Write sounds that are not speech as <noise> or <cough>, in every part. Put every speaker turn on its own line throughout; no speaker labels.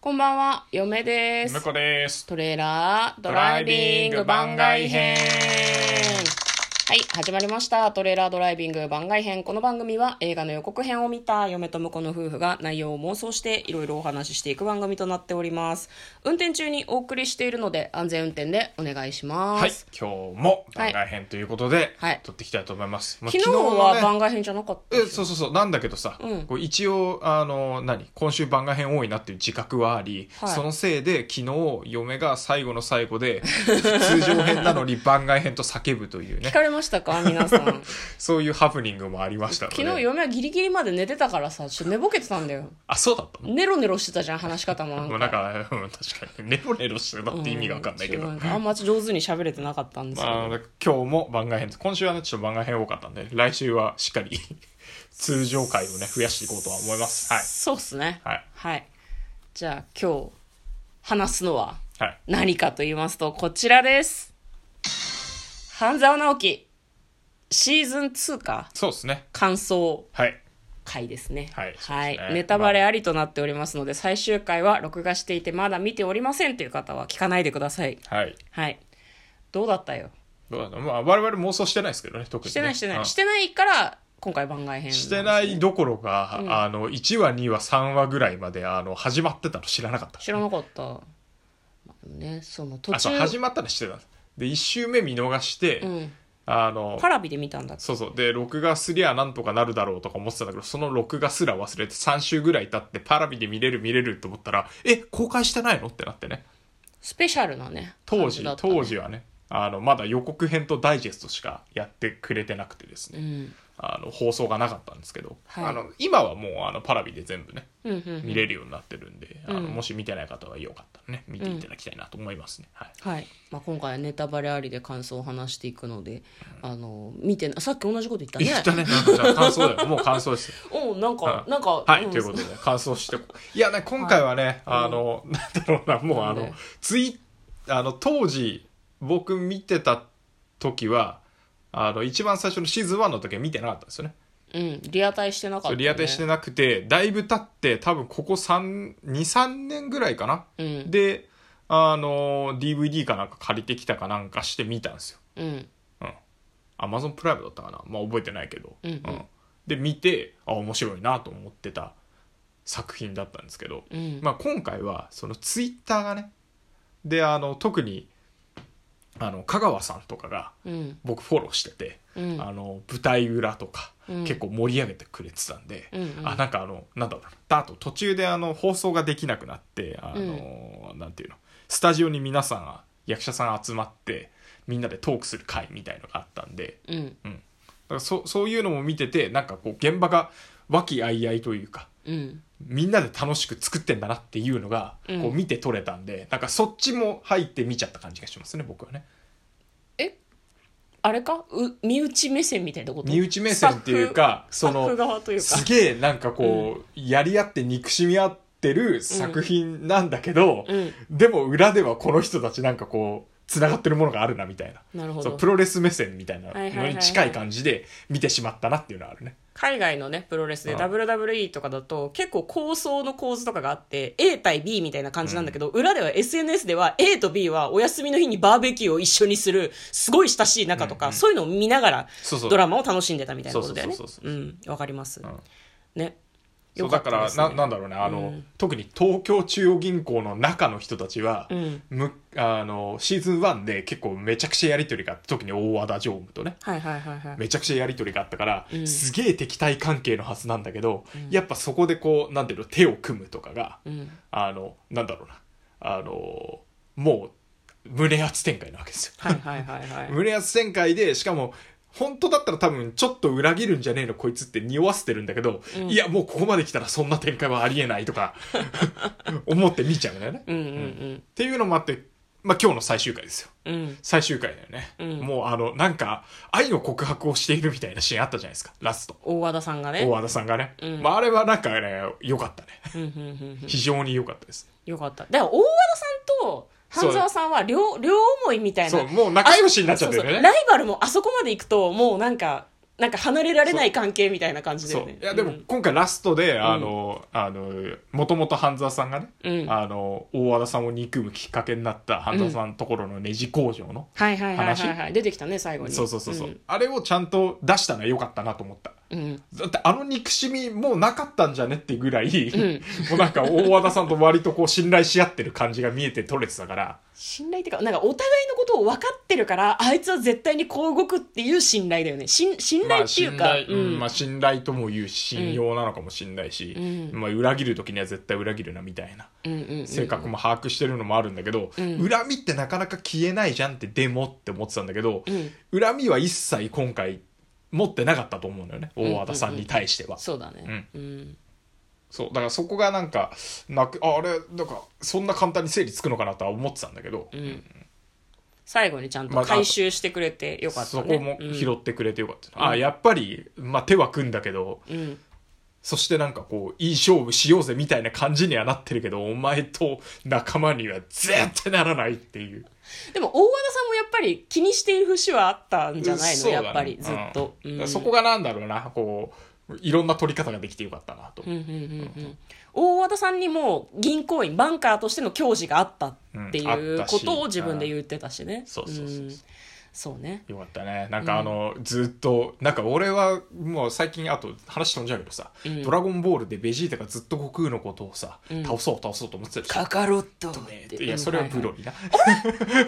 こんばんは、嫁です
向。こうです。
トレーラードライビング番外編。はい、始まりました。トレーラードライビング番外編。この番組は映画の予告編を見た嫁と婿の夫婦が内容を妄想していろいろお話ししていく番組となっております。運転中にお送りしているので安全運転でお願いします。
はい、今日も番外編ということで、
はい
撮っていきたいと思います。まあ
昨日は
ね
番外編じゃなかった
え
です
そ
よ。
うそうそうなんだけどさ、
うん
こう一応あの何今週番外編多いなっていう自覚はあり、
はい
そのせいで昨日嫁が最後の最後で通常編なの
<laughs>
に番外編と叫ぶという
聞
ね
かれました
<laughs>
か皆さん。
そういうハプニングもありましたので
昨日嫁はギリギリまで寝てたからさ、ちょっと寝ぼけてたんだよ。
あそうだったの
ネロネロしてたじゃん、話し方もなん
も
か
うなん。か、うん、確かにネロネロしてたって意味が分かんないけど、
うかあんま上手に喋れてなかったんですけど、
まあ、あの今日も番外編です今週はねちょっと番外編多かったんで来週はしっかり <laughs> 通常回をね増やしていこうとは思いますはい
そうっすね
はい
はいじゃあ今日話すのは
はい
何かと言いますとこちらです半沢直樹シーズン2か
そうですね
感想
はい
回ですね
はいそうですね
ネタバレありとなっておりますので、最終回は録画していてまだ見ておりませんという方は聞かないでください
はい
はいどうだったよ
どうなのまあ我々妄想してないですけどね特にね
してないしてない、
うん
し
して
ないから今回番外編
てないどころか、あの1話2話3話ぐらいまであの始まってたの知らなかった
知らなかった、まあ、でもねその途
あそう
中
始まったの知ってたんですで1周目見逃して、
うん、
あの
パラビで見たんだっけ
そうそう。で、録画すりゃなんとかなるだろうとか思ってたんだけど、その録画すら忘れて3週ぐらい経ってパラビで見れる見れると思ったら、え、公開してないのってなってね。
スペシャルなね
当
感
時、
じだったね
当時はね、あの、まだ予告編とダイジェストしかやってくれてなくてです
う
ね、
ん
あの、放送がなかったんですけど、
はい
あの、今はもうあの、パラビで全部ね、
うんうんうん
見れるようになってるんで、あの
うん
もし見てない方はよかったらね、見ていただきたいなと思いますね。はい。
はいまあ、今回はネタバレありで感想を話していくので、あの見てなさっき同じこと言ったね
言ったね。なんかじゃあ感想だよ。もう感想ですよ。
おうなんか、
はい
なんか
はい、
ん
ということで、感想して。いやね、今回はね、
はい
あの、なんだろうな、もうあ
なん
の
で、
ツイあの、当時、僕見てた時は、あの、一番最初のシーズン1の時は見てなかったんですよね。
うんリアタイしてなかった、ね、
リアタイしてなくて、だいぶ経って、多分ここ3、2、3年ぐらいかな。
うん
で、あの、DVD かなんか借りてきたかなんかして見たんですよ。
うん
アマゾンプライムだったかなまあ覚えてないけど、
うんうん
で見てあ面白いなと思ってた作品だったんですけど、
うん
まあ、今回はそのツイッターがねであの特にあの香川さんとかが
うん
僕フォローしてて、
うん
あの舞台裏とか、
うん
結構盛り上げてくれてたんで、
うんうん
あなんかあのなんだろうなあと途中であの放送ができなくなってあの、なんていうのスタジオに皆さんが役者さん集まってみんなでトークする会みたいのがあったんで
うん
だからそそういうのも見ててなんかこう現場が和気あいあいというか
うん
みんなで楽しく作ってんだなっていうのが、
うん
こう見て取れたんでなんかそっちも入って見ちゃった感じがしますね僕はね
あれかう身内目線みたいなこと
身内目線っていうか
スタッフ
そ
ス
の
タッフ側というか
すげえなんかこう、やり合って憎しみ合ってる作品なんだけど、
うん
でも裏ではこの人たちなんかこうつながってるものがあるなみたいな
なるほ
そう
ど
プロレス目線みたいな
はいはい
の
はい
に
はい
近い感じで見てしまったなっていうのはあるね、
海外のねプロレスで
うん
WWE とかだと結構構想の構図とかがあって A 対 B みたいな感じなんだけど、裏では SNS では A と B はお休みの日にバーベキューを一緒にするすごい親しい仲とか、
うんうん
そういうのを見ながら
そうそう
ドラマを楽しんでたみたいなことだよね
そうそうそう
う
そ
んわかります、
ん
ね
そうだからなな
だ
んだろうねあの、
うん
特に東京中央銀行の中の人たちは、
うん
むあのシーズン1で結構めちゃくちゃやり取りがあって特に大和田常務とね
はいはいはいはい
めちゃくちゃやり取りがあったから、
うん
すげえ敵対関係のはずなんだけど、やっぱそこでこうなんていうの手を組むとかが、
うん
あのなんだろうなあのもう胸圧展開なわけですよ。
はいはいはいはい
<laughs> 胸圧展開でしかも本当だったら多分ちょっと裏切るんじゃねえのこいつって匂わせてるんだけど、いやもうここまで来たらそんな展開はありえない
<laughs>
とか思って見ちゃうんだよね。
うんう
っ
ん
ていうのもあって、まあ、今日の最終回ですよ。
うんうん
最終回だよね、
うん
もうあのなんか愛の告白をしているみたいなシーンあったじゃないですかラスト
大和田さんがね
大和田さんがね、
ん
まあ、あれはなんかね良かったね
うんうんうんうん
非常に良かったです
よかっただから大和田さんと半沢さんは両両思いみたいな
そうもう仲良しになっちゃってるよ
そうそう
ね
ライバルもあそこまで行くともうなんかなんか離れられない関係みたいな感じだ
そ
よ
う
ね
いやでも
うん
今回ラストであの、あのもともと半沢さんがね、
うん
あの大和田さんを憎むきっかけになった半沢さんのところのネジ工場の、
はいはいはいはい、はい、
話
出てきたね最後に
そうそうそうそう、
ん
あれをちゃんと出したのは良かったなと思った
うん
だってあの憎しみもうなかったんじゃねってぐらい、
ん
もうなんか大和田さんと割とこう信頼し合ってる感じが見えて取れてたから
信頼っていうかなんかお互いのことを分かってるからあいつは絶対にこう動くっていう信頼だよねしん信
ま
頼って
あ
い
信
うか、
頼、うんまあ、信頼とも言うし信用なのかもしれないし、
うん
まあ、裏切る時には絶対裏切るなみたいな
うんうんうん
性格も把握してるのもあるんだけど、
うん
恨みってなかなか消えないじゃんってでもって思ってたんだけど、
うん
恨みは一切今回持ってなかったと思うんだよね
ん
大和田さんに対しては、
そうだねうん
そうだからそこがなんかなくああれなんかそんな簡単に整理つくのかなとは思ってたんだけど、
うん最後にちゃんと
まあ
回収してくれてよかったね
そこも拾ってくれてよかった、ああやっぱり、まあ、手は組んだけど
うんうん
そしてなんかこういい勝負しようぜみたいな感じにはなってるけどお前と仲間には絶対ならないっていう
でも大和田さんもやっぱり気にしている節はあったんじゃないの、
そうだ
や
ね
っぱりずっと、
う
うんん
だからそこがなんだろうなこういろんな取り方ができてよかったなと、
うんうんうんうん大和田さんにも銀行員バンカーとしての矜持があったって
う
い
んあ
う
ったし
ことを自分で言ってたしね、
そうそうそうそうん
そうね
よかったねなんかあの、ずっとなんか俺はもう最近あと話飛んじゃうけどさ「
うん
ドラゴンボール」でベジータがずっと悟空のことをさ、
ん
倒そう倒そうと思ってたじゃん
カカロット
いやそれはブロリな、
あ
それ
れ
は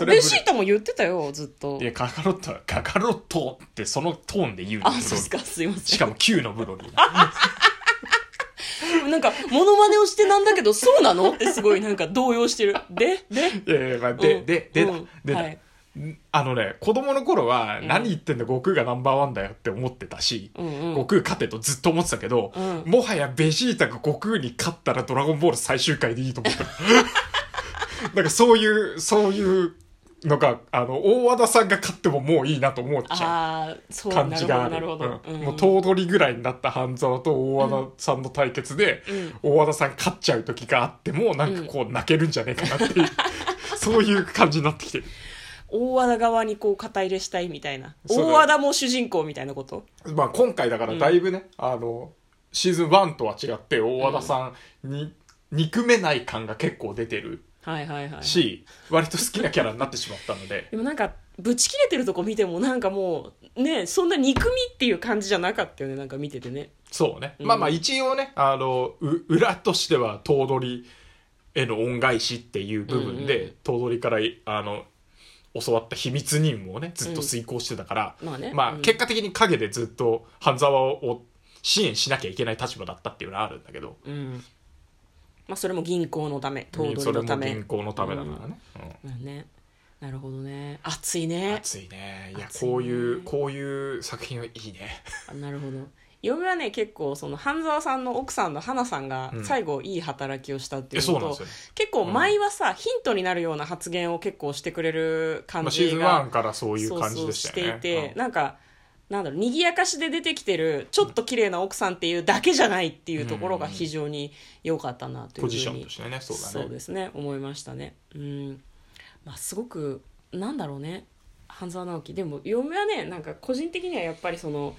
レ
ブロ
シータも言ってたよずっと
いやカカロットはカカロットってそのトーンで言うの
あ
ブロ
そうです
リ
かすいませ
し
ん
かも9のブロリな
なんかモノマネをしてなんだけどそうなのってすごいなんか動揺してるでで
いやいやまあで、
うん
ででだ、
うん
でだ、
はい
あのね子供の頃は
ん
何言ってんだ、悟空がナンバーワンだよって思ってたし、
うんうん
悟空勝てとずっと思ってたけど、
うん
もはやベジータが悟空に勝ったら「ドラゴンボール」最終回でいいと思った <laughs> なんかそういうそういうのがあの大和田さんが勝ってももういいなと思っちゃ
ああそううな
感
る
じ
ほ
が
ど
あ
な
る
るほど、
うん
ん
もう頭取ぐらいになった半沢と大和田さんの対決で、大和田さん勝っちゃう時があってもなんかこう泣けるんじゃねえか
<laughs>
なっていう、そういう感じになってきてる
大和田側にこう肩入れしたいみたいな
そうだ
大
よ
和田も主人公みたいなこと
まあ、今回だからだいぶね、あのシーズン1とは違って大和田さんに、憎めない感が結構出てる
はいはいはい
し、割と好きなキャラになってしまった
<laughs>
ので
でもなんかぶち切れてるとこ見てもなんかもうねそんな憎みっていう感じじゃなかったよねなんか見ててね
そうね、
うん
まあまあ一応ねあのう裏としては頭取への恩返しっていう部分で、
うんう
頭取からあの教わった秘密任務をねずっと遂行してたから、
まあね
まあ
うん
結果的に陰でずっと半沢を支援しなきゃいけない立場だったっていうのはあるんだけど、
うんまあそれも銀行のため頭
そ
取
れ
のた
も
め
銀行のためだからね。うん
まあねなるほどね熱いね
熱いねいや
熱いね
こういうこういう作品はいい
<laughs>
ね
あなるほど嫁はね結構その半沢さんの奥さんの花さんが
うん
最後いい働きをしたってい
え
う
そう
の
なん
と、
ですよね、
結構前はさ、ヒントになるような発言を結構してくれる感
まあ、シー
じ
ズン
が
1からそういう感
そ
じ
うそ
で
う
し
したて
よ
い
ね
て、なんかなんだろう賑やかしで出てきてるちょっと綺麗な奥さんっていうだけじゃないっていうところが非常に良かったな
う
と
ん
いうふう
ポ
に
ジションとしてねそうだね
そうですね思いましたねうんまあすごくなんだろうね半沢直樹でも嫁はねなんか個人的にはやっぱりその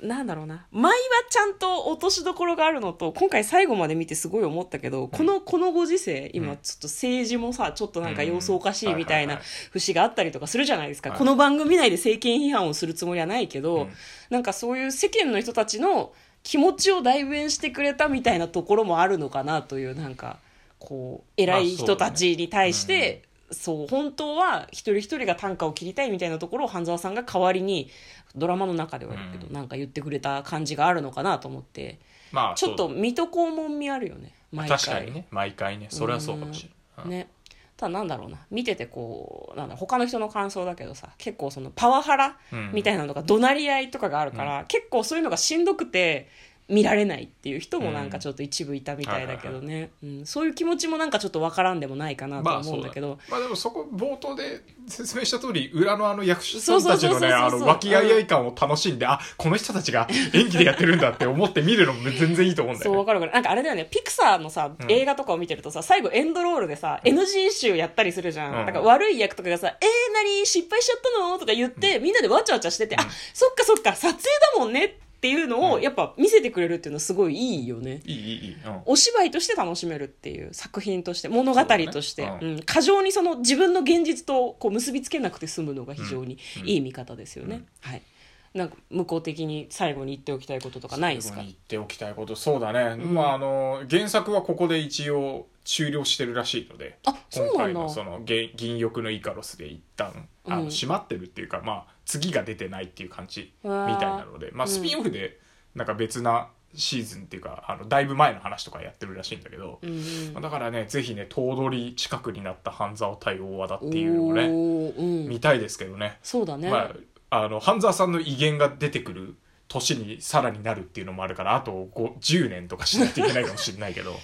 なんだろうな舞はちゃんと落としどころがあるのと今回最後まで見てすごい思ったけどこのこのご時世今ちょっと政治もさちょっとなんか様子おかしいみたい
うん
な
はいはい
節があったりとかするじゃないですか、
はい
この番組内で政権批判をするつもりはないけど、
うん
なんかそういう世間の人たちの気持ちを代弁してくれたみたいなところもあるのかなというなんかこう偉い人たちに対して、そう本当は一人一人が短歌を切りたいみたいなところを半沢さんが代わりにドラマの中ではだけど、
うん
なんか言ってくれた感じがあるのかなと思って
まあ
ちょっと
そう
水戸黄門味あるよね
まあ
毎回
確かにね毎回ねそれはそうかもしれない、うん
ね、ただなんだろうな見ててこうなんだ他の人の感想だけどさ結構そのパワハラ
うん
みたいなのが怒鳴り合いとかがあるから、結構そういうのがしんどくて見られないっていう人もなんかちょっと一部いたみたいだけどね、うん、そういう気持ちもなんかちょっとわからんでもないかなと
まあ
思う
そ
ん
う
だ
だ
けど、
まあでもそこ冒頭で説明した通り裏のあの役者さん
そう
た
そ
ち
うそう
の
そう
ねあの和気あいあい感を楽しんであこの人たちが演技でやってるんだって思って見るのも全然いいと思うんだ
そう
よ
わか
ね
るわかるなんかあれだよねピクサーのさ、
うん
映画とかを見てるとさ最後エンドロールでさ NG 集やったりするじゃん、
うん
だから悪い役とかがさ「えー、何失敗しちゃったの?」とか言って、みんなでわちゃわちゃしてて「あそっかそっか撮影だもんね」っていうのを、
うん
やっぱ見せてくれるっていうのすごいいいよね
いいいいいい、うん
お芝居として楽しめるっていう作品として物語としてう、、
そうだねうん
過剰にその自分の現実とこう結びつけなくて済むのが非常にいい見方ですよね、
うん
はいなんか向こう的に最後に言っておきたいこととかないです
最
か
後に言っておきたいことそうだね、まああの原作はここで一応終了してるらしいので
あそうなんだ
今回のそのげ銀翼のイカロスで一旦あの、
うん
閉まってるっていうかまあ次が出てないっていう感じみ
うわー
たいなのでまあ
うん
スピンオフでなんか別なシーズンっていうか、あのだいぶ前の話とかやってるらしいんだけど、
うんうん
まあだからねぜひね頭取近くになった半沢対大和田っていうのをね
おーうん
見たいですけどね
そうだね、
まあ、あの半沢さんの威厳が出てくる年にさらになるっていうのもあるからあと5 10年とかしないといけないかもしれないけど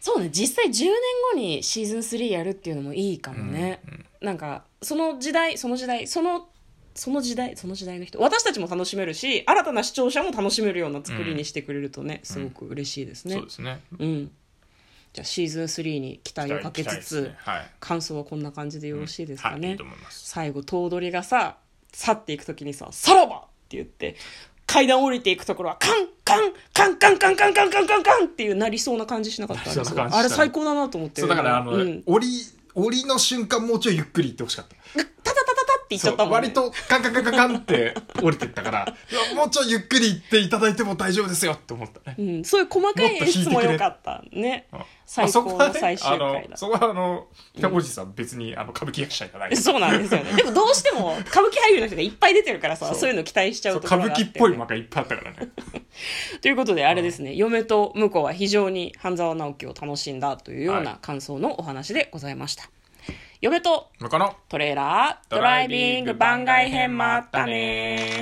そうね実際10年後にシーズン3やるっていうのもいいかも <laughs> ね、
うん
なんかその時代その時代そのその時代その時代の人私たちも楽しめるし新たな視聴者も楽しめるような作りにしてくれるとね、すごく嬉しいですね、
そうですね
うん、じゃあシーズン3に期待をかけつつ、
期待ですねはい
感想はこんな感じでよろしいですかね、
はい、いいと思います
最後頭取がさ去っていく時にさ「さらば!」って言って階段降りていくところはカンカンカンカンカンカンカンカンカンカンっていうなりそうな感じしなかった
なりそうな感じ
あれ最高だなと思って
そうだからあの、
うん、
折り折りの瞬間もうちょいゆっくりいってほしかった
タタタタタって言っちゃった
そ
も、
うん
ね、
割とカンカンカンカンカンって降りてったから
<laughs>
うわもうちょいゆっくりいっていただいても大丈夫ですよって思ったね
うん、そういう細かい演出も良かったね
うん
最高
まあ
の最終回だ
そこはねあのそこはあの北おじさん別にあの歌舞伎役者じゃない
そうなんですよねでもどうしても歌舞伎俳優の人がいっぱい出てるからさそ
そうう
いうの期待しちゃ
そうう
とこ
歌
ろがあ
舞
って、
伎っぽい馬がいっぱいあったからね
<laughs> ということであれですね、嫁と婿は非常に半沢直樹を楽しんだというよう
は
ない感想のお話でございました、嫁と
向こうの
トレーラード
ド
ラ
ラ
イ
イ
ビ
ビ
ン
ン
グ
グ
番
番
外
外
編
編
も
も
あ
あ
っ
ったた
ね
ね